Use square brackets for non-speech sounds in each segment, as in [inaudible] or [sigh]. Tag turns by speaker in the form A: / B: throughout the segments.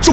A: 足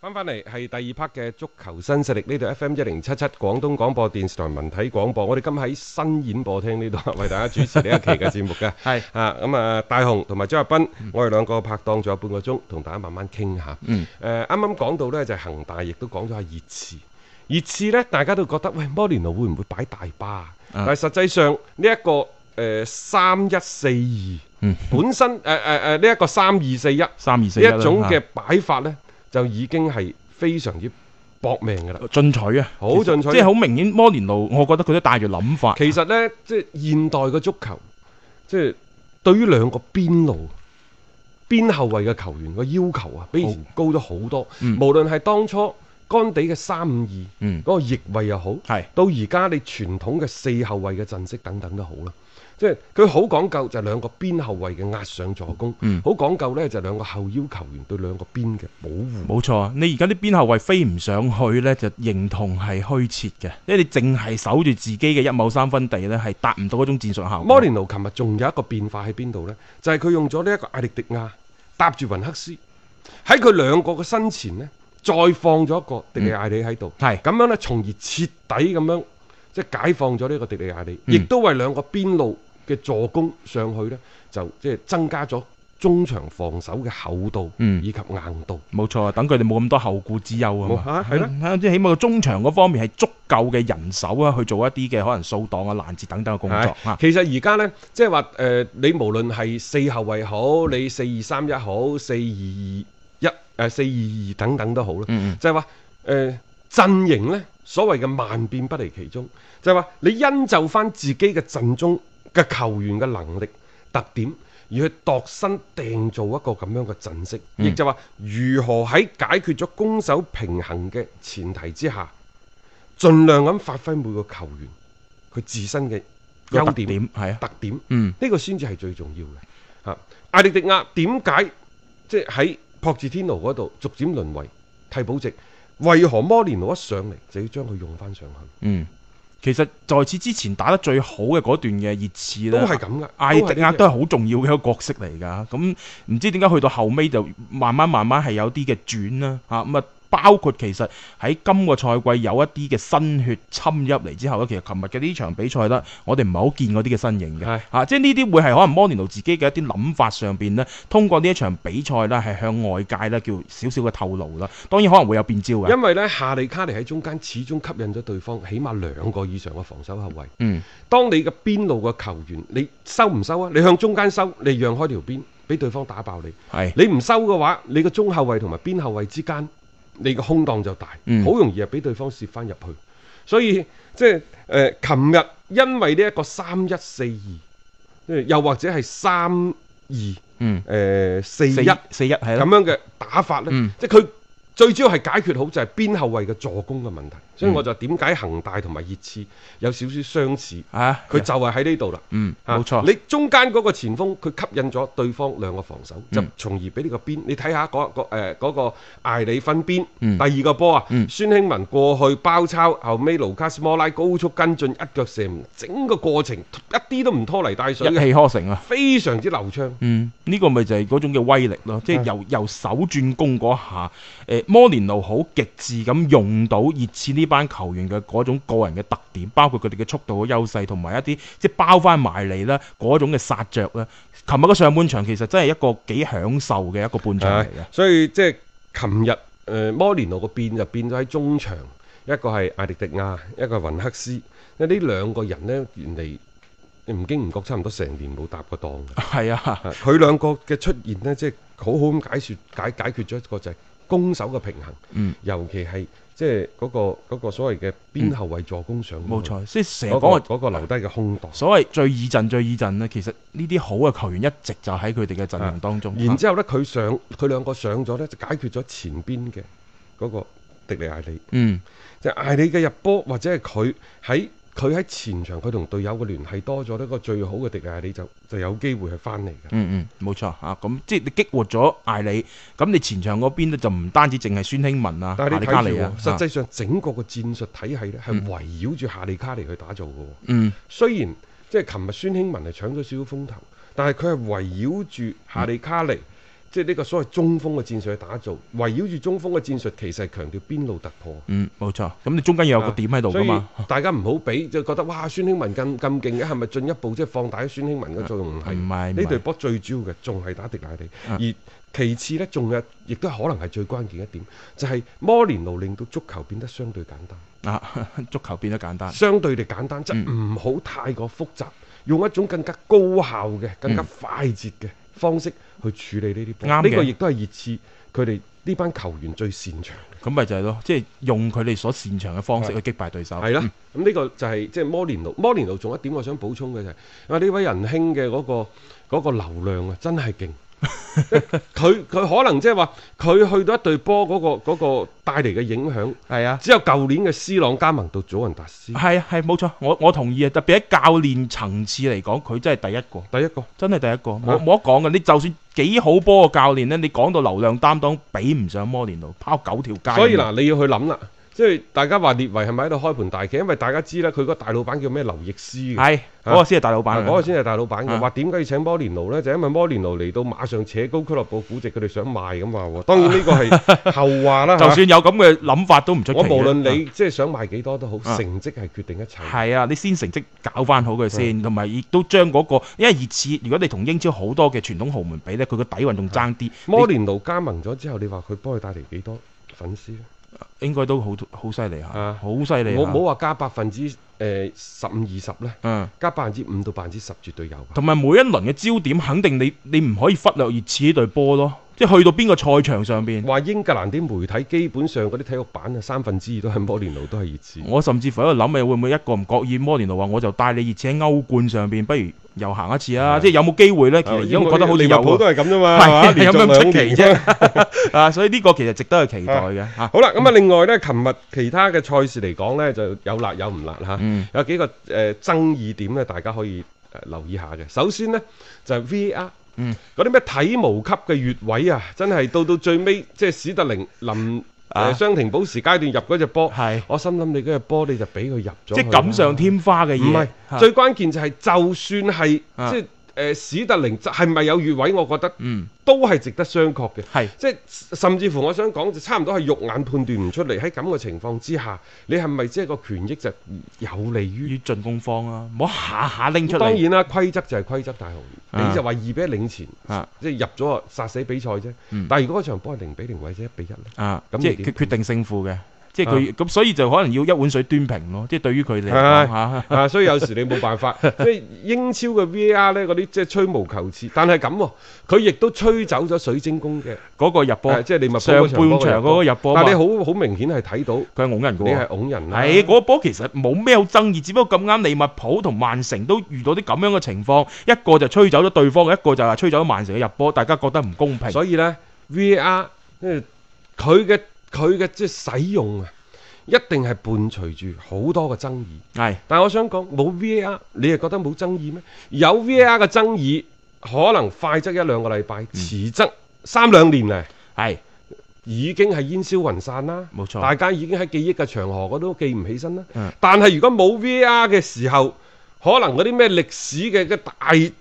B: 翻翻嚟係第二 part 嘅足球新勢力，呢度 FM 一零七七廣東廣播電視台文體廣播，我哋今喺新演播廳呢度 [laughs] 為大家主持呢一期嘅節目嘅。
C: [laughs] 係
B: 啊，咁啊，大雄同埋張達斌，我哋兩個拍檔，仲有半個鐘，同大家慢慢傾下。
C: 嗯。
B: 誒，啱啱講到呢，就係恒大，亦都講咗下熱刺。熱刺呢，大家都覺得喂，摩連奴會唔會擺大巴啊？但係實際上呢一、個誒三一四
C: 嗯
B: 二，本身誒誒誒呢一個三二四一。
C: 三二四
B: 呢一種嘅擺法呢，就已經係非常之搏命㗎啦。
C: 進取啊，
B: 好進取
C: 即係好明顯。摩連奴，我覺得佢都帶住諗法。
B: 其實呢，即係現代嘅足球，即係對於兩個邊路、邊後衞嘅球員嘅要求啊，比以前高咗好多。
C: 嗯
B: 無論係當初干地嘅三五二
C: 嗯
B: 嗰個翼位又好，
C: 係
B: 到而家你傳統嘅四後衞嘅陣式等等都好啦。即係佢好講究就係兩個邊後衞嘅壓上助攻，好、
C: 嗯
B: 講究呢就係兩個後腰球員對兩個邊嘅保護。
C: 冇錯啊！你而家啲邊後衞飛唔上去呢，就認同係虛設嘅，因為你淨係守住自己嘅一畝三分地呢，係達唔到嗰種戰術效果。
B: 摩連奴琴日仲有一個變化喺邊度呢？就係、佢用咗呢一個艾力迪亞搭住雲克斯，喺佢兩個嘅身前呢，再放咗一個迪利艾利喺度，
C: 嗯係
B: 咁樣呢，從而徹底咁樣即係解放咗呢個迪利艾利，
C: 嗯
B: 亦都為兩個邊路嘅助攻上去呢，就即係增加咗中場防守嘅厚度
C: 嗯
B: 以及硬度。
C: 冇錯啊，等佢哋冇咁多後顧之憂啊
B: 冇
C: 嘛。
B: 嚇係啦。
C: 啊即係起碼個中場嗰方面係足夠嘅人手啊，去做一啲嘅可能掃檔啊、攔截等等嘅工作
B: 係
C: 啊。
B: 其實而家呢，即係話誒，你無論係四後衞好，你四二三一好，四二二一誒四二二等等都好啦，
C: 嗯嗯
B: 就係話誒陣型呢，所謂嘅萬變不離其宗，就係話你因就翻自己嘅陣中嘅球員嘅能力特點。而去度身訂造一個咁樣嘅陣式，
C: 嗯
B: 亦、就話如何喺解決咗攻守平衡嘅前提之下，盡量咁發揮每個球員佢自身嘅優
C: 個特
B: 點
C: 點係啊，
B: 特點，
C: 嗯
B: 呢個先至係最重要嘅。嚇，艾力迪亞點解即係喺博治天奴嗰度逐漸淪為替補席？為何摩連奴一上嚟就要將佢用翻上去？
C: 嗯。其實在此之前打得最好嘅嗰段嘅熱刺
B: 都
C: 呢，
B: 係咁噶，
C: 啊艾迪亞都
B: 係
C: 係好重要嘅一個角色嚟㗎，咁唔知點解去到後尾就慢慢慢慢係有啲嘅轉啦嚇，咁啊包括其實喺今個賽季有一啲嘅新血侵入嚟之後咧，其實琴日嘅呢場比賽啦，我哋唔係好見嗰啲嘅身影嘅
B: 係
C: 嚇、啊即係呢啲會係可能摩連奴自己嘅一啲諗法上邊呢，通過呢一場比賽啦，係向外界咧叫少少嘅透露啦，當然可能會有變招嘅，
B: 因為呢，夏利卡尼喺中間始終吸引咗對方起碼兩個以上嘅防守後衞。
C: 嗯
B: 當你嘅邊路嘅球員，你收唔收啊？你向中間收，你讓開條邊，俾對方打爆你。
C: 係
B: 你唔收嘅話，你個中後衞同埋邊後衞之間，你個空檔就大，好、
C: 嗯
B: 容易啊俾對方攝翻入去。所以即係誒，琴、日因為呢一個三一四二，即係又或者係三二
C: 嗯
B: 誒四一
C: 四
B: 咁
C: 四一係啦，
B: 樣嘅打法呢，
C: 嗯
B: 即係佢最主要係解決好就係邊後衞嘅助攻嘅問題。所以
C: 嗯
B: 我就點解恒大同埋熱刺有少少相似，
C: 啊
B: 佢就係喺呢度啦。
C: 嗯
B: 啊
C: 冇錯。
B: 你中間嗰個前鋒佢吸引咗對方兩個防守，
C: 嗯
B: 就從而俾呢個邊。你睇下嗰個誒嗰個艾里分邊，
C: 嗯
B: 第二個波啊，
C: 嗯
B: 孫興文過去包抄，後尾盧卡斯摩拉高速跟進一腳射門，整個過程一啲都唔拖泥帶水
C: 一
B: 嘅，
C: 氣呵成啊！
B: 非常之流暢。
C: 嗯，呢、個咪就係嗰種嘅威力咯，即係
B: 嗯
C: 由由手轉攻嗰下，誒、摩連奴好極致咁用到熱刺呢班球員嘅嗰種個人嘅特點，包括佢哋嘅速度嘅優勢，同埋一啲即係包翻埋嚟啦嗰種嘅殺着啦。琴日嘅上半場其實真係一個幾享受嘅一個半場嚟嘅
B: 啊，所以即係琴日誒摩連奴個變就變咗喺中場，一個係艾力迪亞，一個係雲克斯。因為呢兩個人呢，原嚟你唔經唔覺差唔多成年冇搭過檔嘅。
C: 係啊，
B: 啊佢兩個嘅出現呢，即係好好咁解説解解決咗一個就係攻守嘅平衡，
C: 嗯，
B: 尤其係即係嗰個嗰、個所謂嘅邊後衞助攻上，
C: 嗯冇，錯，即係成日
B: 嗯嗰、
C: 講
B: 個
C: 話
B: 嗰個留低嘅空檔。
C: 所謂最以陣最以陣咧，其實呢啲好嘅球員一直就喺佢哋嘅陣容當中。
B: 啊然之後呢，佢上佢兩個上咗呢，就解決咗前邊嘅嗰個迪尼艾利，
C: 嗯，
B: 就艾利嘅入波或者係佢喺佢喺前場佢同隊友嘅聯繫多咗呢個最好嘅迪尼艾利就就有機會係翻嚟嘅。
C: 嗯嗯，冇錯啊！咁即係你激活咗艾里，咁你前場嗰邊咧就唔單止淨係孫興文啊、
B: 但係
C: 夏利
B: 你
C: 卡
B: 睇
C: 尼
B: 住
C: 啊
B: 喎，，實際上整個嘅戰術體系呢，係圍繞住夏利卡尼去打造嘅喎。
C: 嗯
B: 雖然即係琴日孫興文係搶咗少少風頭，但係佢係圍繞住夏利卡
C: 嗯
B: 尼，即係呢個所謂中鋒嘅戰術去打造，圍繞住中鋒嘅戰術其實係強調邊路突破。
C: 嗯冇錯，咁你中間要有個點喺度
B: 啊所
C: 噶
B: 以
C: 嘛，啊
B: 大家唔好俾就覺得哇，孫興文咁咁勁嘅，係咪進一步即係放大咗孫興文嘅作用？唔係，
C: 啊唔係
B: 呢
C: 唔係
B: 隊波最主要嘅仲係打迪乃利，
C: 啊
B: 而其次呢，仲有亦都可能係最關鍵一點，就係、摩連奴令到足球變得相對簡單。
C: 啊足球變得簡單，
B: 相對地簡單，即係
C: 嗯
B: 唔好太過複雜，用一種更加高效嘅、
C: 嗯
B: 更加快捷嘅方式去處理呢啲波。
C: 啱嘅
B: 呢個亦都係熱刺佢哋呢班球員最擅長嘅。
C: 咁咪就係咯，即係用佢哋所擅長嘅方式去擊敗對手。
B: 係啦，咁呢個就係即係摩連奴。摩連奴仲有一點我想補充嘅就係、因為呢位仁兄嘅嗰、個嗰、個流量啊，
C: [laughs]
B: 真係勁。佢佢可能即係話，佢去到一隊波嗰個嗰、個帶嚟嘅影響，
C: 係啊。
B: 只有舊年嘅斯朗加盟到祖雲達斯，
C: 係啊，係冇錯，我我同意啊！特別喺教練層次嚟講，佢真係第一個，
B: 第一個。
C: 真係第一個，
B: 啊
C: 冇冇得講嘅。你就算幾好波嘅教練呢，你講到流量擔當，比唔上摩連奴拋九條街。
B: 所以，嗱，你要去諗啦，即係大家話列維係咪喺度開盤大棋？因為大家知啦，佢個大老闆叫咩劉易斯嘅，
C: 係嗰個先係大老闆啊嚟
B: 嗱啊嗰個
C: 嘅。
B: 先係大老闆嘅。
C: 啊
B: 話點解要請摩連奴呢？就因為摩連奴嚟到馬上扯高俱樂部估值，佢哋想賣咁話喎。當然呢
C: [laughs]
B: 個係後話 [laughs] 啦。
C: 就
B: 嚇
C: 算有咁嘅諗法都唔出奇嘅。
B: 我無論你即係想賣幾多都好，
C: 啊
B: 成績係決定一切。
C: 係啊，你先成績搞翻好佢先，同埋亦都將嗰、個，因為熱刺如果你同英超好多嘅傳統豪門比呢，佢個底運仲爭啲，
B: 摩連奴加盟咗之後，你話佢幫佢帶嚟幾多粉絲呢？
C: 你應該都好好犀利嚇
B: 啊，
C: 好犀利
B: 冇冇
C: 嚇。
B: 話加百分之誒十五二十呢？
C: 嗯，
B: 加百分之五到百分之十絕對有㗎。
C: 同埋每一輪嘅焦點，肯定你你唔可以忽略熱刺呢隊波咯，即係去到邊個賽場上邊，
B: 話英格蘭啲媒體基本上嗰啲體育版啊，三分之二都係摩連奴，都係熱刺。
C: 我甚至乎喺度諗啊，會唔會一個唔覺意摩連奴話我就帶你熱刺喺歐冠上邊，不如又行一次啊！即係有冇機會呢？其實而家我覺得好似有啊
B: 利物浦都
C: 喎，
B: 係咁啫嘛，係嘛
C: 係
B: 連
C: 有
B: 續
C: 咩咁出
B: 兩
C: 奇
B: 年
C: [laughs] 啫？啊，所以呢個其實值得去期待嘅嚇。
B: 好啦，咁啊，另外呢，琴日其他嘅賽事嚟講呢，就有辣有唔辣嚇，
C: 嗯
B: 有幾個誒、呃、爭議點呢，大家可以呃留意下嘅。首先呢，就係、VAR，
C: 嗯
B: 嗰啲咩體毛級嘅越位啊，真係到到最尾，即係史特靈臨
C: 啊
B: 誒雙庭補時階段入嗰只波，
C: 係
B: 我心諗你嗰只波你就俾佢入咗，
C: 即係錦上。添花嘅嘢。
B: 唔係
C: 嚇
B: 最關鍵就係，就算係
C: 啊
B: 即係誒史特靈係咪有越位，我覺得
C: 嗯
B: 都係值得商榷嘅。
C: 係
B: 即係甚至乎，我想講就差唔多係肉眼判斷唔出嚟。喺咁嘅情況之下，你係咪即係個權益就有利於？
C: 要進攻方啊，唔好下下拎出嚟。
B: 當然啦，規則就係規則，大雄，
C: 啊
B: 你就話二比一領前
C: 啊，
B: 即係入咗啊殺死比賽啫。
C: 嗯
B: 但係如果嗰場波係零比零或者一比一咧，
C: 啊，
B: 咁
C: 即
B: 你
C: 係決
B: 點
C: 決定勝負嘅，即係佢咁，所以就可能要一碗水端平咯。即係對於佢哋嚟
B: 係
C: 講嚇，
B: [laughs] 啊，所以有時你冇
C: [laughs]
B: 辦法，即係英超嘅 VAR 呢，嗰啲即係吹毛求疵，但係咁喎，佢亦都吹走咗水晶宮嘅
C: 嗰個入
B: 誒
C: 波，
B: 即係利物浦
C: 啊上
B: 嗰場波
C: 半場嗰個入波嘛，
B: 但你好好明顯係睇到
C: 佢係拱人嘅
B: 你係
C: 喎。
B: 拱人啦。
C: 係嗰個波其實冇咩好爭議，只不過咁啱利物浦同曼城都遇到啲咁樣嘅情況，一個就吹走咗對方，一個就係吹走咗曼城嘅入波，大家覺得唔公平。
B: 所以呢 VAR 即係佢嘅佢嘅即係使用啊，一定係伴隨住好多嘅爭議。
C: 係
B: 但係我想講冇 VAR，你係覺得冇爭議咩？有 VAR 嘅爭議，可能快則一兩個禮拜，
C: 嗯
B: 遲則三兩年嚟。
C: 係
B: 已經係煙消雲散啦，
C: 冇錯
B: 大家已經喺記憶嘅長河嗰度都記唔起身啦。
C: 嗯
B: 但係如果冇 VR 嘅時候，可能嗰啲咩歷史嘅嘅大驚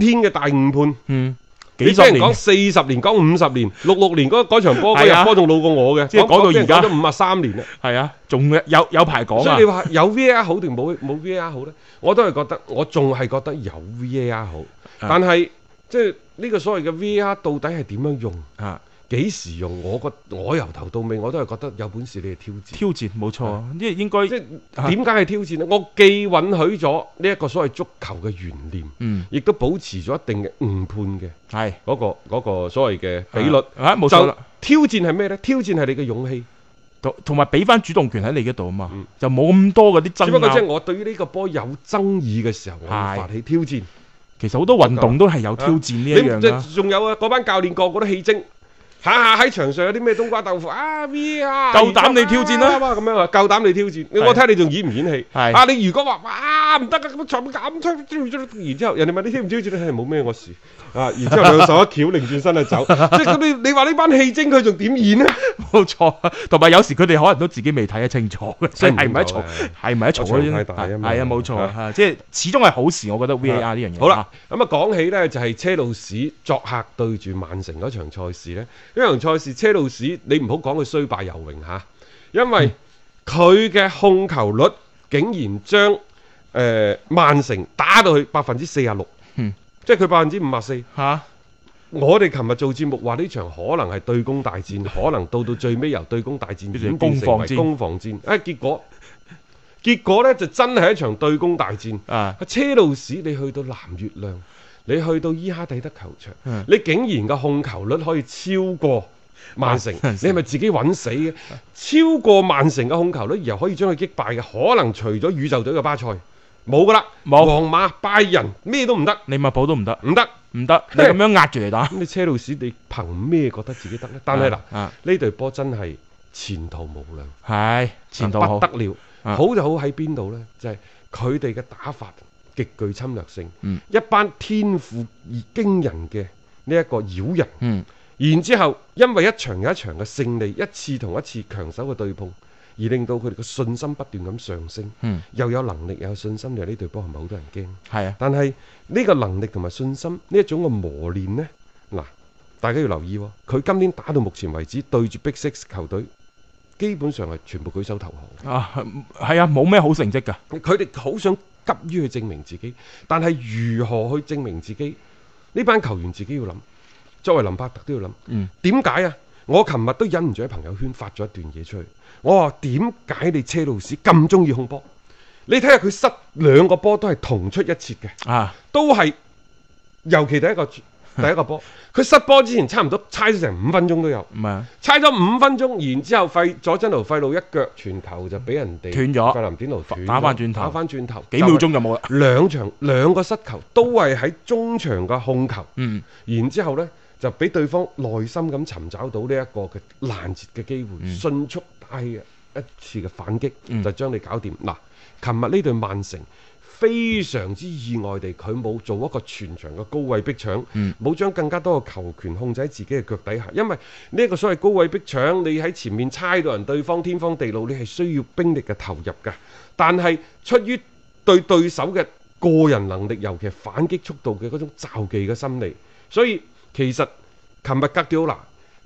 B: 天嘅大誤判，
C: 嗯
B: 你
C: 幾十
B: 俾人講
C: 年
B: 四十年，講五十年，六六年嗰嗰場波，嗰
C: 係啊
B: 入波仲老過我嘅，
C: 即係講到
B: 俾人
C: 而家
B: 講咗五啊三年啦。
C: 係啊，仲有有排講
B: 所
C: 啊
B: 以你。話有 VR 好定冇冇 VR 好呢？我都係覺得，我仲係覺得有
C: 啊
B: VR 好，但係即係呢個所謂嘅 VR 到底係點樣用？
C: 啊
B: 幾時用？我覺我由頭到尾我都係覺得有本事你哋挑戰。
C: 挑戰啊冇錯啊，即係應該
B: 即係點解係挑戰呢？我既允許咗呢一個所謂足球嘅懸念，
C: 嗯
B: 亦都保持咗一定嘅誤判嘅
C: 係
B: 嗰、個嗰、個所謂嘅比率。
C: 啊冇錯
B: 就
C: 啦，
B: 挑戰係咩呢？挑戰係你嘅勇氣。
C: 同同埋俾翻主動權喺你嗰度啊嘛
B: 嗯，
C: 就冇咁多嗰啲
B: 只不過即係
C: 爭拗。
B: 我對於呢個波有爭議嘅時候，我
C: 係
B: 會發起挑戰。
C: 其實好多運動都係有挑戰呢一
B: 你唔
C: 樣
B: [laughs]
C: 啦。
B: 即仲有啊，嗰班教練個個都戲精。下下喺場上有啲咩冬瓜豆腐啊 V 啊，
C: 夠膽你挑戰啦
B: 啊咁樣啊，夠膽你挑戰，你
C: 係
B: 我睇你仲演唔演戲？
C: 係
B: 啊，你如果話哇唔得噶，咁場咁推，然之後人哋問你挑唔挑戰，你係冇咩我事啊，然之後兩手一翹，擰轉身
C: [laughs]
B: 就走，即係咁你你話呢班戲精佢仲點演呢？
C: 冇錯，同埋有時佢哋可能都自己未睇得清楚嘅，所以係咪一嘈
B: 睇唔清楚
C: 係咪一嘈
B: 個場
C: 嗰啲
B: 太大啊嘛
C: 係啊，冇錯啊，即係始終係好事，我覺得 VAR 呢樣嘢。
B: 好啦，，咁啊講起呢，就係車路士作客對住曼城嗰場賽事呢。呢場賽事車路士你唔好講佢衰敗游泳嚇，因為
C: 嗯
B: 佢嘅控球率竟然將誒、呃曼城打到去百分之四十六，
C: 嗯
B: 即係佢百分之五十四。
C: 嚇
B: 我哋琴日做節目話呢場可能係對攻大
C: [laughs]
B: 戰，可能到到最尾由對攻大戰
C: 變成
B: 演變成
C: 攻防
B: 為
C: 戰
B: 攻防戰。啊，結果結果呢，就真係一場對攻大戰。
C: 啊！
B: 車路士你去到藍月亮，你去到伊哈蒂德球場，
C: 嗯
B: 你竟然個控球率可以超過曼城，
C: [laughs] 曼
B: 你
C: 城
B: 係咪自己揾死嘅？超過曼城嘅控球率，然後可以將佢擊敗嘅，可能除咗宇宙隊嘅巴塞，冇噶啦，
C: 冇
B: 皇馬、拜仁咩都唔得，
C: 利物浦都唔得，
B: 唔得。
C: 唔
B: [laughs]
C: 得，你咁樣壓住嚟打
B: 咁，你車路士你憑咩覺得自己得呢？但係嗱，
C: 啊
B: 呢隊波真係前途無量。
C: 係前途好
B: 不，得了。
C: 啊
B: 好就好喺邊度呢？就係佢哋嘅打法極具侵略性，
C: 嗯
B: 一班天賦而驚人嘅呢一個妖人。
C: 嗯
B: 然之後，因為一場又一場嘅勝利，一次同一次強手嘅對碰，而令到佢哋嘅信心不斷咁上升。
C: 嗯，
B: 又有能力，又有信心，你話呢隊波係咪好多人驚？
C: 係啊，
B: 但係呢個能力同埋信心呢一種嘅磨練呢，嗱，大家要留意喎、佢今年打到目前為止對住 Big Six 球隊，基本上係全部舉手投降。
C: 啊係啊，冇咩好成績㗎，
B: 佢哋好想急於去證明自己，但係如何去證明自己？呢班球員自己要諗，作為林柏特都要諗。
C: 嗯
B: 點解啊？我琴日都忍唔住喺朋友圈發咗一段嘢出去，我話點解你車路士咁中意控波？你睇下佢失兩個波都係同出一轍嘅，
C: 啊
B: 都係尤其
C: [laughs]
B: 第一個第一個波，佢失波之前差唔多猜咗成五分鐘都有，
C: 唔係
B: 猜咗五分鐘，然之後費佐真奴費路一腳傳球就俾人哋
C: 斷咗
B: 費林典奴斷咗
C: 打返轉頭
B: 打翻轉頭
C: 幾秒鐘就冇啦，
B: 就係兩場兩個失球都係喺中場嘅控球，
C: 嗯
B: 然之後呢，就俾對方耐心咁尋找到呢一個嘅攔截嘅機會，迅速打起一次嘅反擊，
C: 嗯
B: 就將你搞掂。嗱，琴日呢隊曼城。非常之意外地，佢冇做一個全場嘅高位逼搶，
C: 嗯
B: 冇將更加多嘅球權控制喺自己嘅腳底下。因為呢一個所謂高位逼搶，你喺前面猜到人對方天荒地老，你係需要兵力嘅投入㗎。但係出於對對手嘅個人能力，尤其係反擊速度嘅嗰種罩忌嘅心理，所以其實琴日格調拿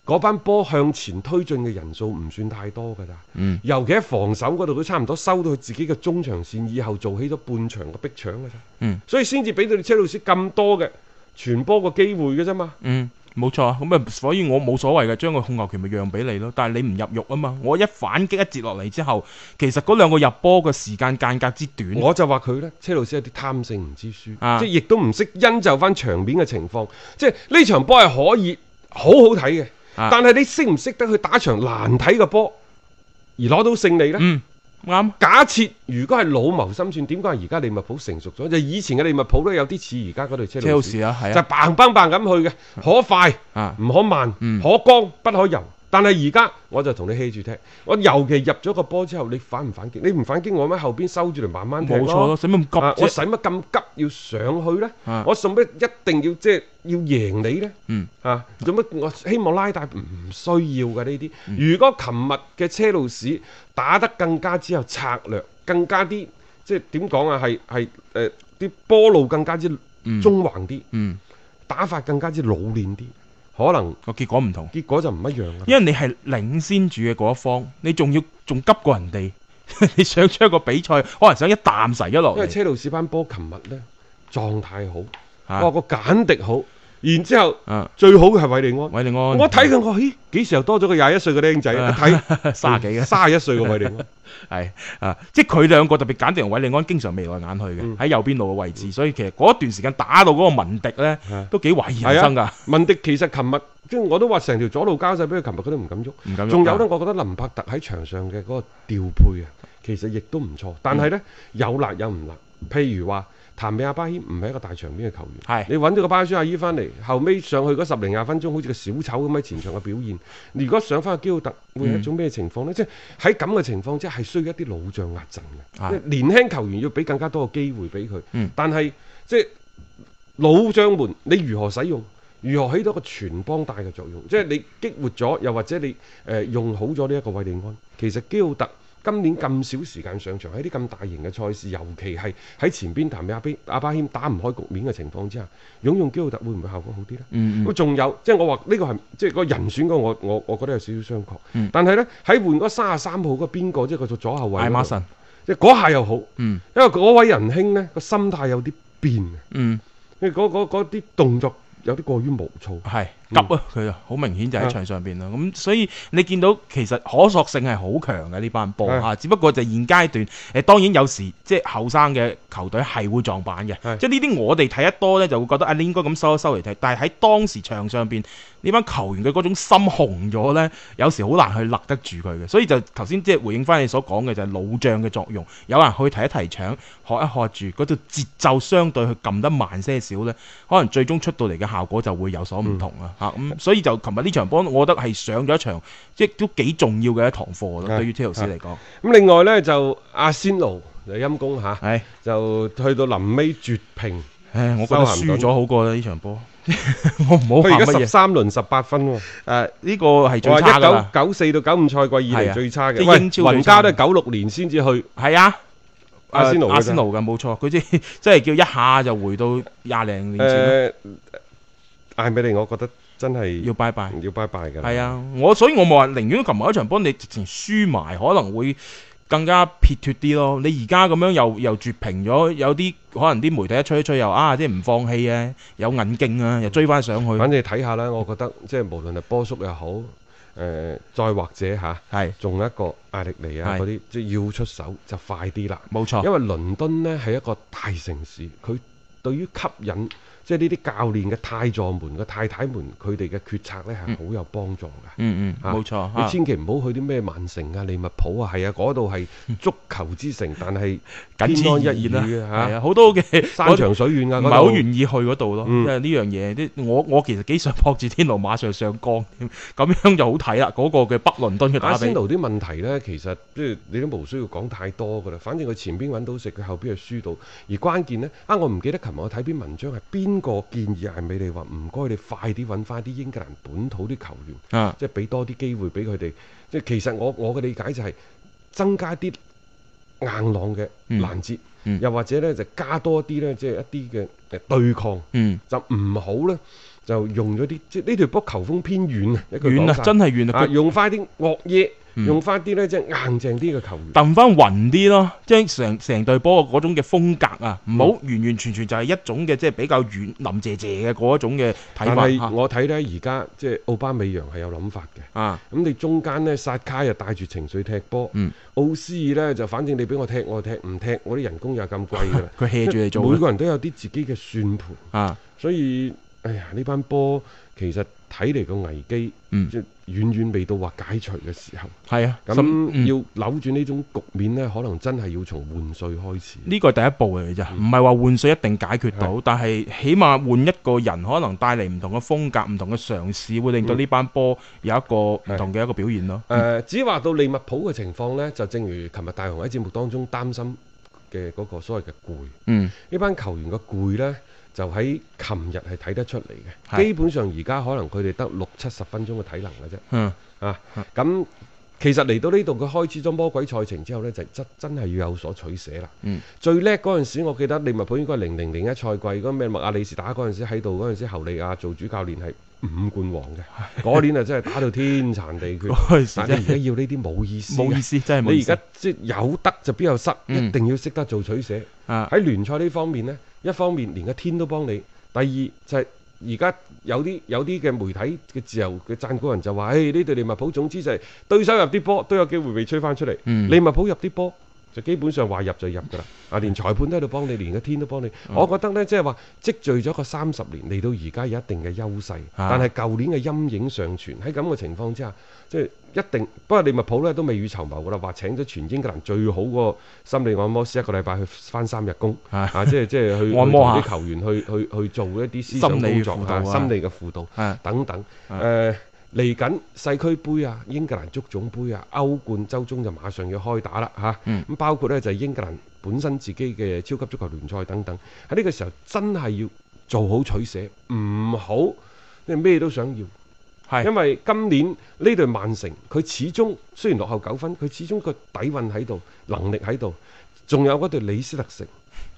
B: 嗰班波向前推進嘅人數唔算太多㗎咋。
C: 嗯
B: 尤其喺防守嗰度，佢差唔多收到佢自己嘅中場線以後，做起咗半場嘅逼搶嘅啫。
C: 嗯，
B: 所以先至俾到你車路士咁多嘅傳波個機會嘅啫嘛。
C: 嗯。冇錯啊，咁啊，所以我冇所謂嘅，將個控球權咪讓俾你咯。但係你唔入肉啊嘛，我一反擊一截落嚟之後，其實嗰兩個入波嘅時間間隔之短，
B: 我就話佢呢，車路士有啲貪性唔知輸，
C: 嗯啊
B: 即係亦都唔識因就翻場面嘅情況。即係呢場波係可以好好睇嘅，
C: 啊
B: 但係你識唔識得去打場難睇嘅波而攞到勝利呢？
C: 嗯啱
B: 假設如果係老謀深算，點解而家利物浦成熟咗？就以前嘅利物浦呢，有啲似而家嗰隊車
C: 車路
B: 路士
C: 士。啊，係
B: 就
C: 啊，
B: 棒棒棒咁去嘅，可快
C: 啊
B: 唔可慢，
C: 嗯
B: 可剛不可柔。但係而家我就同你 hea 住踢，我尤其入咗個波之後，你反唔反擊？你唔反擊，我咪後邊收住嚟慢慢踢
C: 冇錯咯，使乜咁
B: 啊
C: 急
B: 我
C: 啫？
B: 使乜咁急要上去呢？
C: 啊
B: 我做乜一定要即係要贏你呢？
C: 嗯
B: 啊，做乜我希望拉大唔需要嘅呢啲。
C: 嗯
B: 如果琴日嘅車路士打得更加之有策略，更加啲即係點講啊？係係誒啲波路更加之
C: 嗯
B: 中橫啲。
C: 嗯，
B: 打法更加之老練啲，可能
C: 個結果唔同。
B: 結果就唔一樣啦。
C: 因為你係領先住嘅嗰一方，你仲要仲急過人哋， [laughs] 你想將個比賽可能想一啖噬咗落
B: 因為
C: 嚟，
B: 車路士班波琴日呢狀態好，
C: 啊
B: 哇個簡迪好，而然之後
C: 啊，
B: 最好嘅係韋利安。
C: 韋利安，[laughs]
B: 我睇佢，我咦幾時又多咗個廿一歲嘅僆仔？一啊睇
C: 卅啊幾嘅啊
B: 卅一歲嘅韋利安。
C: 係啊，即係佢兩個特別簡迪同韋利安經常眉來眼去嘅，
B: 嗯
C: 喺右邊路嘅位置，所以其實嗰一段時間打到嗰個文迪咧
B: 嗯係，啊
C: 都幾懷疑人生㗎，
B: 文迪其實琴日即係我都話成條左路交晒俾佢，琴日佢都唔敢喐。
C: 唔敢喐
B: 仲有呢，我覺得林柏特喺場上嘅嗰個調配啊，其實亦都唔錯。但係呢，有辣有唔辣。譬如話，譚美亞巴謙唔係一個大場面嘅球員，
C: 係
B: 你揾咗個巴舒亞伊翻嚟，後尾上去嗰十零廿分鐘，好似個小丑咁喺前場嘅表現。如果上翻去基奧特，會係一種咩情
C: 嗯
B: 況呢？即係喺咁嘅情況之下，係需要一啲老將壓陣
C: 係
B: 嘅，因為年輕球員要俾更加多嘅機會俾佢。
C: 嗯
B: 但係即係老將們，你如何使用？如何起到一個全幫帶嘅作用？即係你激活咗，又或者你誒、呃用好咗呢一個韋利安。其實基奧特今年咁少時間上場，喺啲咁大型嘅賽事，尤其係喺前邊譚美阿比阿巴謙打唔開局面嘅情況之下，擁用基奧特會唔會效果好啲呢？
C: 嗯
B: 咁仲有，即係我話呢個係即係個人選嗰個，我我我覺得有少少商榷。
C: 嗯
B: 但係呢，喺換嗰三十三號嗰邊個，即係佢做左後
C: 嗯，
B: 衞
C: 艾
B: 嗰
C: 馬
B: 度，
C: 神，
B: 即係嗰下又好，
C: 嗯
B: 因為嗰位仁兄呢個心態有啲變，因
C: 嗯，
B: 為嗰嗰嗰啲動作有啲過於毛躁。
C: 係急
B: 嗯
C: 啊，佢啊，好明顯就喺
B: 啊
C: 場上邊啦。咁所以你見到其實可塑性係好強嘅呢班波
B: 係
C: 啊，只不過就現階段誒當然有時即係後生嘅球隊係會撞板嘅，
B: 係
C: 即係呢啲我哋睇得多呢，就會覺得啊，你應該咁收一收嚟睇。但係喺當時場上邊呢班球員嘅嗰種心紅咗呢，有時好難去勒得住佢嘅。所以就頭先即係回應翻你所講嘅就係老將嘅作用，有人去提一提搶，喝一喝住，嗰度節奏相對去撳得慢些少呢，可能最終出到嚟嘅效果就會有所唔同
B: 嗯
C: 啊嚇。咁、所以就琴日呢場波，我覺得係上咗一場即係都幾重要嘅一堂課咯，
B: 係
C: 對於 t e 斯嚟講，
B: 咁另外呢，就阿仙奴就陰公嚇，
C: 係。
B: 就去到臨尾絕平，
C: 唉，我覺得
B: 修咸
C: 輸
B: 頓
C: 咗好過啦呢場波， [laughs] 我唔好
B: 佢
C: 話
B: 而
C: 乜
B: 家十
C: 嘢。
B: 三輪十八分喎，
C: 誒呢個係
B: 我
C: 最差噶
B: 話
C: 啦，
B: 一九九四到九五賽季以
C: 係啊
B: 嚟最差
C: 即
B: 嘅，
C: 係
B: 喂，
C: 英超最差
B: 雲加都係九六年先至去
C: 係啊，
B: 阿仙奴
C: 誒
B: 嘅
C: 阿仙奴嘅冇錯，佢即係即係叫一下就回到廿零年前咯，
B: 誒，艾美利，我覺得真係
C: 要拜拜。
B: 要拜拜㗎啦。
C: 係啊，我所以我冇話寧願琴日一場波你直情輸埋，可能會更加撇脱啲咯。你而家咁樣又又絕平咗，有啲可能啲媒體一吹一吹又啊，即係唔放棄啊，有銀勁啊，又追翻上去，
B: 反正睇下啦，我覺得即係無論係波叔又好，誒、再或者嚇，
C: 係
B: 仲有一個壓力嚟啊
C: 係
B: 嗰啲，即係要出手就快啲啦。
C: 冇錯
B: 因。為倫敦呢係一個大城市，佢對於吸引即係呢啲教練嘅太助們、嘅太太們，佢哋嘅決策呢係好有幫助㗎。
C: 嗯嗯，
B: 啊
C: 冇錯。
B: 你
C: 啊
B: 千祈唔好去啲咩曼城啊、利物浦啊，係啊，嗰度係足球之城，但
C: [laughs]
B: 係
C: 僅
B: 天安
C: 此而已
B: 一隅
C: 啦，
B: 嘅
C: 係
B: 嚇，
C: 啊，好多嘅
B: 山長水遠啊，
C: 唔
B: 嗰
C: 係好
B: 度
C: 願意去嗰度咯，因
B: 嗯
C: 為呢樣嘢啲我我其實幾想撲住天奴馬上上江添，咁樣就好睇啦。嗰、個嘅北倫敦嘅
B: 阿
C: 打比
B: 仙，奴啲問題呢，其實即係你都無需要講太多噶啦。反正佢前邊揾到食，佢後邊係輸到。而關鍵呢，啊，我唔記得琴日我睇篇文章係邊個建議艾美利話唔該，你快啲揾翻啲英格蘭本土啲球員，
C: 啊
B: 即係俾多啲機會俾佢哋。即係其實我我嘅理解就係增加啲硬朗嘅
C: 嗯
B: 攔截，
C: 嗯
B: 又或者呢就加多啲呢，即係一啲嘅誒對抗，
C: 嗯，
B: 就唔好呢，就用咗啲即係呢條波球風偏軟啊，一句
C: 遠
B: 講
C: 啊，
B: 晒
C: 真係遠啊，
B: 啊，
C: 佢
B: 用翻啲惡嘢，
C: 嗯
B: 用翻啲咧即係硬淨啲嘅球員。
C: 揼翻暈啲咯，即係成成隊波嗰種嘅風格啊，
B: 嗯
C: 唔好完完全全就係一種嘅即係比較軟林謝謝嘅嗰一種嘅
B: 但
C: 睇
B: 係
C: 法
B: 我睇呢，而家即係奧巴美揚係有諗法嘅。
C: 啊啊，
B: 咁你中間呢，薩卡又帶住情緒踢波，
C: 嗯。
B: 奧斯爾呢，就反正你俾我踢我踢，唔踢我啲人工又咁貴㗎啦
C: [laughs] 佢 hea 住嚟做啊
B: 每
C: 嘅
B: 個人都有啲自己嘅算盤，
C: 啊，
B: 所以哎呀呢班波其實睇嚟個危機，
C: 嗯
B: 即係遠遠未到話解除嘅時候。
C: 係啊，
B: 咁
C: 甚嗯
B: 要扭轉呢種局面呢，可能真係要從換帥開始。
C: 呢個係第一步嚟嘅
B: 嗯
C: 啫，唔係話換帥一定解決到，但係起碼換一個人，可能帶嚟唔同嘅風格、唔同嘅嘗試，會
B: 嗯
C: 令到呢班波有一個唔同嘅一個表現咯。
B: 誒、只呃話到利物浦嘅情況呢，就正如琴日大雄喺節目當中擔心嘅嗰個所謂嘅攰，
C: 嗯，
B: 呢班球員嘅攰呢，就喺琴日係睇得出嚟
C: 係
B: 嘅。基本上而家可能佢哋得六七十分鐘嘅體能嘅啫。
C: 嗯，
B: 啊，咁其實嚟到呢度，佢開始咗魔鬼賽程之後呢，就真真係要有所取捨啦。
C: 嗯
B: 最叻嗰陣時，我記得利物浦應該係零零零一賽季嗰個咩麥亞里士打嗰陣時喺度嗰陣時，侯利亞做主教練係五冠王嘅，嗰年啊真係打到天殘地
C: [laughs]
B: 缺。
C: 嗰陣時
B: 但你而
C: 真
B: 家
C: 係
B: 要呢啲冇意思嘅，
C: 冇意思，真係冇
B: 你
C: 意
B: 而
C: 思
B: 家。即係有得就必有失，
C: 嗯
B: 一定要識得做取捨。
C: 啊，
B: 喺聯賽呢方面呢，一方面連個天都幫你，第二就係而家有啲有啲嘅媒體嘅自由嘅贊古人就話：，誒呢隊利物浦總之就係對手入啲波都有機會被吹翻出嚟，
C: 嗯
B: 利物浦入啲波。就基本上話入就入㗎啦，啊連裁判都喺度幫你，連個天都幫你。
C: 嗯
B: 我覺得呢，即係話積聚咗個三十年，嚟到而家有一定嘅優勢，
C: 啊
B: 但係舊年嘅陰影尚存。喺咁嘅情況之下，即係一定不過利物浦呢都未雨綢繆㗎啦，話請咗全英格蘭最好個心理按摩師一個禮拜去翻三日
C: [laughs]
B: 工，
C: 啊
B: 啊即係即
C: [laughs]
B: 係去去
C: 按摩
B: 同
C: 下
B: 啲球員去去去做一啲思想工作
C: 心理輔導啊
B: 心理嘅輔導
C: 啊
B: 等等。
C: 啊
B: 誒嚟緊世區杯啊、英格蘭足總杯啊、歐冠周中就馬上要開打啦嚇。咁、
C: 嗯
B: 包括呢就係英格蘭本身自己嘅超級足球聯賽等等。喺呢個時候真係要做好取捨，唔好即係咩都想要。
C: 係
B: 因為今年呢隊曼城，佢始終雖然落後九分，佢始終個底韻喺度，能力喺度，仲有嗰隊李斯特城。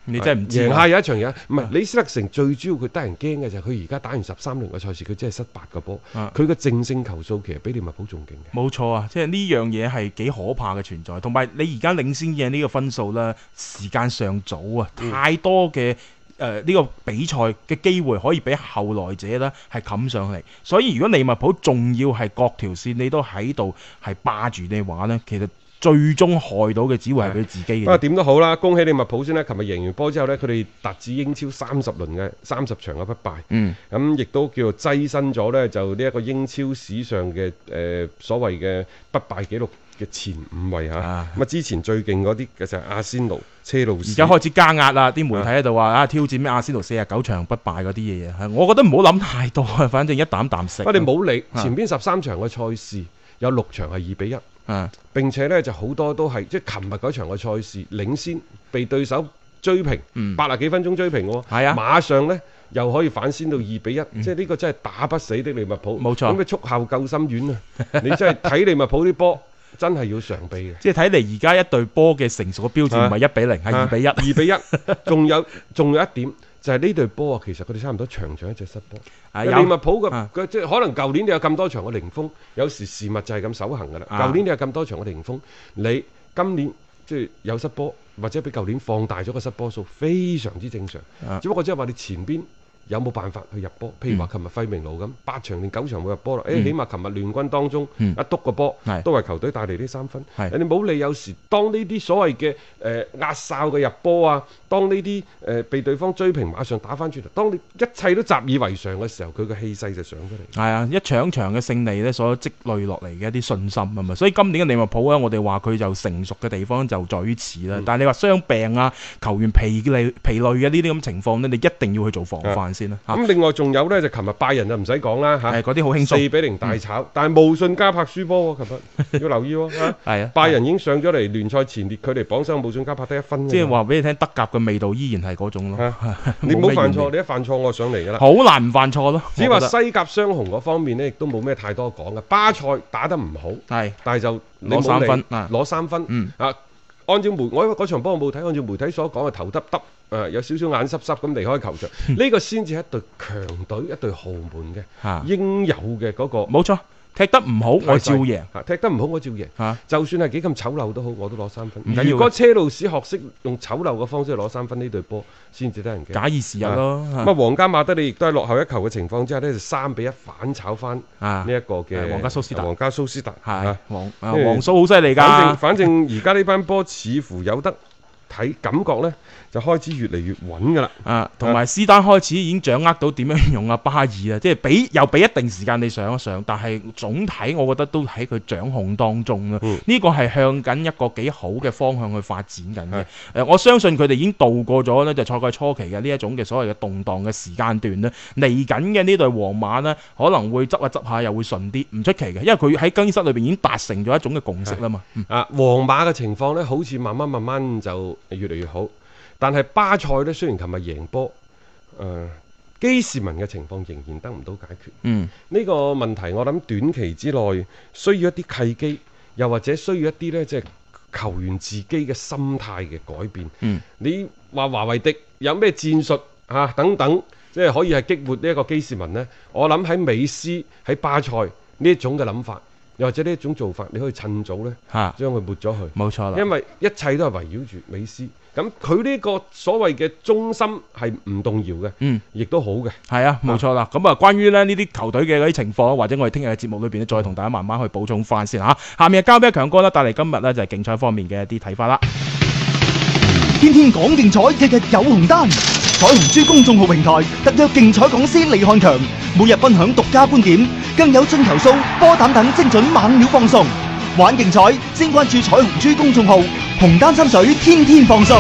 C: 你真係唔知
B: 贏
C: 喎
B: 下有一場嘢，唔係李斯特城最主要佢得人驚嘅就係佢而家打完十三輪嘅賽事，佢只係失八個波，
C: 啊
B: 佢嘅淨勝球數其實比利物浦仲勁嘅。
C: 冇錯啊，即係呢樣嘢係幾可怕嘅存在，同埋你而家領先嘅呢個分數啦，時間尚早啊，
B: 嗯
C: 太多嘅。誒呢個比賽嘅機會可以俾後來者呢係冚上嚟，所以如果利物浦仲要係各條線你都喺度係霸住嘅話呢，其實最終害到嘅只會係佢自己
B: 不過
C: 嘅。
B: 啊點都好啦，恭喜利物浦先啦！琴日贏完波之後呢，佢哋達至英超三十輪嘅三十場嘅不敗，
C: 嗯，
B: 咁亦都叫做躋身咗呢，就呢一個英超史上嘅誒、呃所謂嘅不敗紀錄嘅前五位嚇。咁啊
C: 啊
B: 之前最勁嗰啲嘅就係阿仙奴、車路士。
C: 而家開始加壓啦，啲媒體喺度話啊挑戰咩阿仙奴四十九場不敗嗰啲嘢啊，我覺得唔好諗太多啊，反正一啖啖食。
B: 不過你冇理
C: 啊
B: 前邊十三場嘅賽事有六場係二比一。
C: 啊
B: 並且呢就好多都係即係琴日嗰場嘅賽事領先，被對手追平，
C: 嗯
B: 八十幾分鐘追平喎，
C: 係啊嗯
B: 馬上呢又可以反先到二比一、即係呢個真係打不死的利物浦，
C: 冇錯
B: 咁嘅速效救心丸啊！ [laughs] 你真係睇利物浦啲波真係要常備嘅。
C: 即係睇嚟而家一隊波嘅成熟嘅標準唔係一比零，係二比一。
B: 啊二比啊一，仲有仲有一點就係呢隊波啊，其實佢哋差唔多場場一隻失波。
C: 啊
B: 利
C: 有
B: 物浦嘅
C: 啊
B: 佢即係可能舊年你有咁多場嘅零封，有時事物就係咁守恒㗎啦。
C: 啊
B: 舊年你有咁多場嘅零封，你今年即係有失波，或者比舊年放大咗個失波數，非常之正常
C: 啊。嗯
B: 只不過即係話你前邊。有冇辦法去入波？譬如話，琴日費明路咁，八場定九場冇入波啦。誒，起碼琴日聯軍當中
C: 嗯
B: 一篤個波
C: 係，
B: 都為球隊帶嚟呢三分。
C: 係
B: 你冇理有時當呢啲所謂嘅誒壓哨嘅入波啊，當呢啲誒被對方追平馬上打翻轉頭，當你一切都習以為常嘅時候，佢嘅氣勢就上咗嚟。
C: 係啊，一場場嘅勝利咧，所積累落嚟嘅一啲信心啊嘛，所以今年嘅利物浦咧，我哋話佢就成熟嘅地方就在於此
B: 嗯
C: 啦。但係你話傷病啊、球員疲累疲累嘅呢啲咁情況呢，你一定要去做防範先啦。嚇，
B: 咁另外仲有呢，就琴日拜仁就唔使講啦
C: 係
B: 嚇，
C: 啊嗰啲好輕
B: 四
C: 鬆，嗯
B: 比零大炒，但係無信加柏輸波喎，琴
C: [laughs]
B: 日要留意喎嚇
C: 係啊
B: 拜仁已經上咗嚟聯賽前列，距離榜首無信加柏得一分㗎啦。
C: 即係話俾你聽，德甲嘅味道依然係嗰種咯。 [laughs]
B: 嚇，啊你唔好
C: 冇咩
B: 犯
C: 懸
B: 錯，
C: 念
B: 你一犯錯我上嚟㗎啦。
C: 好難唔犯錯咯。
B: 只
C: 我
B: 話
C: 覺得
B: 西甲雙雄嗰方面呢，亦都冇咩太多講嘅。巴塞打得唔好。
C: 係
B: 但係就你
C: 啊攞三
B: 冇理
C: 分啊
B: 攞三分
C: 嗯
B: 啊！按照媒我因為嗰場波我冇睇，按照媒體所講嘅頭耷耷誒，有少少眼濕濕咁離開球場，
C: 嗯
B: 呢個先至係一隊強隊，一隊豪門嘅
C: 嚇，
B: 應有嘅嗰個
C: 冇錯，踢得唔好我啊照贏
B: 啊踢得唔好我照贏，
C: 嚇。
B: 就算係幾咁醜陋都好，我都攞三分
C: 唔緊要。嘅
B: 如果車路士學識用醜陋嘅方式攞三分，呢隊波先至得人驚。
C: 假以時日咯。嚇
B: 咁啊，皇家馬德里亦都喺落後一球嘅情況之下呢，就三比一反炒翻
C: 啊
B: 呢一個嘅
C: 啊皇家蘇斯達
B: 皇家蘇斯達
C: 係
B: 啊
C: 黃啊
B: 因為
C: 黃蘇好犀利
B: 反正
C: 㗎，
B: 反正而家呢班波似乎有得睇，感覺呢就開始越嚟越穩噶啦。
C: 啊同埋斯丹開始已經掌握到點樣用阿巴爾啦，啊即係俾又俾一定時間你上一上，但係總體我覺得都喺佢掌控當中啦。
B: 嗯
C: 呢個係向緊一個幾好嘅方向去發展緊嘅。誒，我相信佢哋已經度過咗呢，就賽季初期嘅呢一種嘅所謂嘅動盪嘅時間段咧。嚟緊嘅呢隊皇馬呢，可能會執下執下又會順啲，唔出奇嘅，因為佢喺更衣室裏邊已經達成咗一種嘅共識啦嘛。嗯
B: 啊，皇馬嘅情況呢，好似慢慢慢慢就越嚟越好，但係巴塞呢，雖然琴日贏波，誒、基士文嘅情況仍然得唔到解決。
C: 嗯，
B: 呢個問題我諗短期之內需要一啲契機，又或者需要一啲呢，即係球員自己嘅心態嘅改變。
C: 嗯
B: 你話華為迪有咩戰術啊等等，即係可以係激活呢一個基士文呢？我諗喺美斯喺巴塞呢一種嘅諗法又或者呢一種做法，你可以趁早呢
C: 嚇，
B: 將佢抹咗佢。
C: 冇錯啦，
B: 因為一切都係圍繞住美斯。咁佢呢個所謂嘅中心係唔動搖嘅，
C: 嗯，
B: 亦都好嘅。
C: 係啊，冇錯啦。咁啊，關於咧呢啲球隊嘅嗰啲情況，或者我哋聽日嘅節目裏邊咧，再同大家慢慢去補充翻先嚇。下面交俾阿強哥啦，帶嚟今日咧就係競賽方面嘅一啲睇法啦。
D: 天天講競彩，日日有紅單。彩虹珠公眾號平台特約競彩講師李漢強，每日分享獨家觀點，更有進球數、波膽等精準猛料放送。玩競彩，先關注彩虹珠公眾號，紅單心水，天天放送。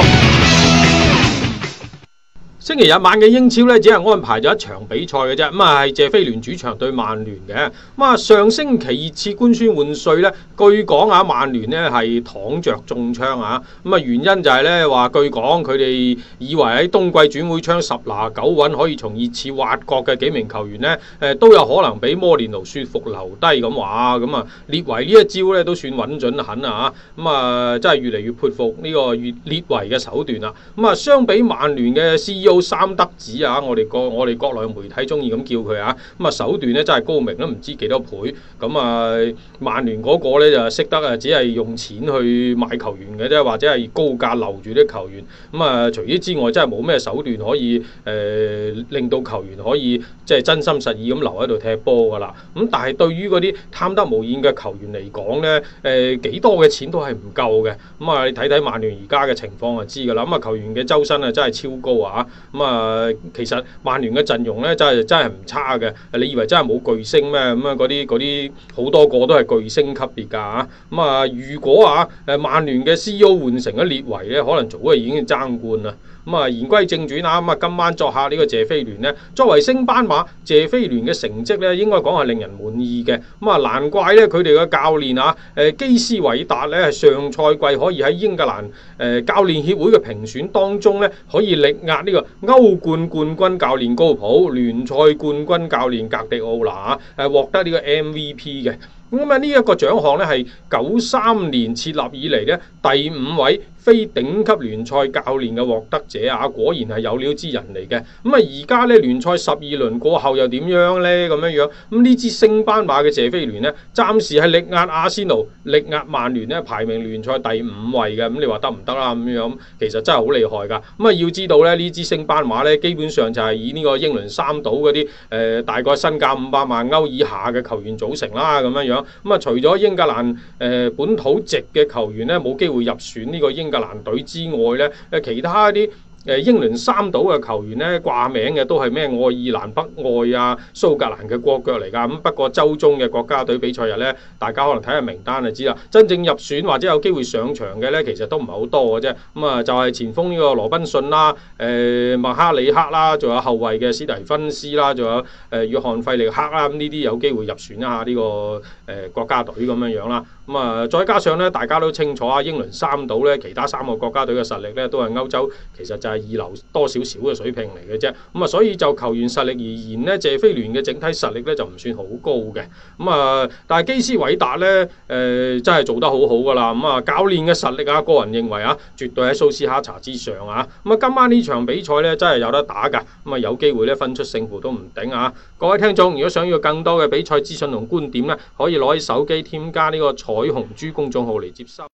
E: 星期日晚嘅英超呢，只係安排咗一場比賽嘅啫。咁啊，係謝菲聯主場對曼聯嘅。咁啊，上星期熱刺官宣換帥呢，據講啊，曼聯呢係躺着中槍啊。咁啊，原因就係呢話，據講佢哋以為喺冬季轉會窗十拿九穩可以從熱刺挖角嘅幾名球員呢，誒都有可能俾摩連奴説服留低咁話。咁啊，列維呢一招呢都算穩準狠啊。咁啊，真係越嚟越佩服呢個越列維嘅手段啦。咁啊，相比曼聯嘅 CEO 三德子啊，我哋國我哋國內媒體中意咁叫佢啊，咁啊手段咧真係高明啦，唔知幾多倍。咁啊，曼聯嗰個咧就識得啊，只係用錢去買球員嘅啫，或者係高價留住啲球員。咁啊，除此之外，真係冇咩手段可以誒、呃令到球員可以即係真心實意咁留喺度踢波㗎啦。咁但係對於嗰啲貪得無厭嘅球員嚟講咧，誒、幾多嘅錢都係唔夠嘅。咁啊，你睇睇曼聯而家嘅情況就知㗎啦。咁啊，球員嘅周薪啊真係超高啊！咁啊，其實曼聯嘅陣容咧真係真係唔差嘅。你以為真係冇巨星咩？咁啊，嗰啲嗰啲好多個都係巨星級別㗎嚇。咁啊，如果啊誒曼聯嘅 CEO 換成咗列維咧，可能早就已經爭冠啦。咁啊，言歸正傳啦，咁啊，今晚作客呢個謝菲聯呢，作為升班馬，謝菲聯嘅成績呢應該講係令人滿意嘅。咁啊，難怪呢，佢哋嘅教練啊，誒基斯維達呢，上賽季可以喺英格蘭誒、呃教練協會嘅評選當中呢，可以力壓呢個歐冠冠軍教練高普、聯賽冠軍教練格迪奧拿啊，誒獲得呢個 MVP 嘅。咁啊，呢一個獎項咧係九三年設立以嚟咧第五位非頂級聯賽教練嘅獲得者啊，果然係有料之人嚟嘅。咁啊，而家咧聯賽十二輪過後又點樣咧？咁樣樣咁呢支升班馬嘅謝菲聯呢，暫時係力壓阿仙奴、力壓曼聯咧，排名聯賽第五位嘅。咁你話得唔得啦？咁樣其實真係好厲害㗎。咁啊，要知道咧呢支升班馬咧，基本上就係以呢個英倫三島嗰啲誒大概身價五百萬歐以下嘅球員組成啦，咁樣樣。咁啊，除咗英格蘭誒、呃本土籍嘅球員咧冇機會入選呢個英格蘭隊之外咧，誒其他啲。誒英倫三島嘅球員咧掛名嘅都係咩愛爾蘭北愛啊、蘇格蘭嘅國腳嚟㗎，咁不過週中嘅國家隊比賽日咧，大家可能睇下名單就知啦。真正入選或者有機會上場嘅咧，其實都唔係好多嘅啫。咁、啊，就係、前鋒呢個羅賓遜啦、誒、呃麥哈里克啦，仲有後衞嘅史蒂芬斯啦，仲有誒、呃約翰費力克啦，咁呢啲有機會入選一下呢、個誒、國家隊咁樣樣啦。咁啊，再加上咧，大家都清楚啊，英倫三島咧，其他三個國家隊嘅實力咧，都係歐洲其實就係二流多少少嘅水平嚟嘅啫。咁啊，所以就球員實力而言咧，謝菲聯嘅整體實力咧就唔算好高嘅。咁啊，但係基斯韋達咧，誒、真係做得好好噶啦。咁啊，教練嘅實力啊，個人認為啊，絕對喺蘇斯哈查之上啊。咁啊，今晚呢場比賽咧，真係有得打㗎。咁啊，有機會咧分出勝負都唔定啊。各位聽眾，如果想要更多嘅比賽資訊同觀點咧，可以攞起手機添加呢個彩虹珠公眾號嚟接收。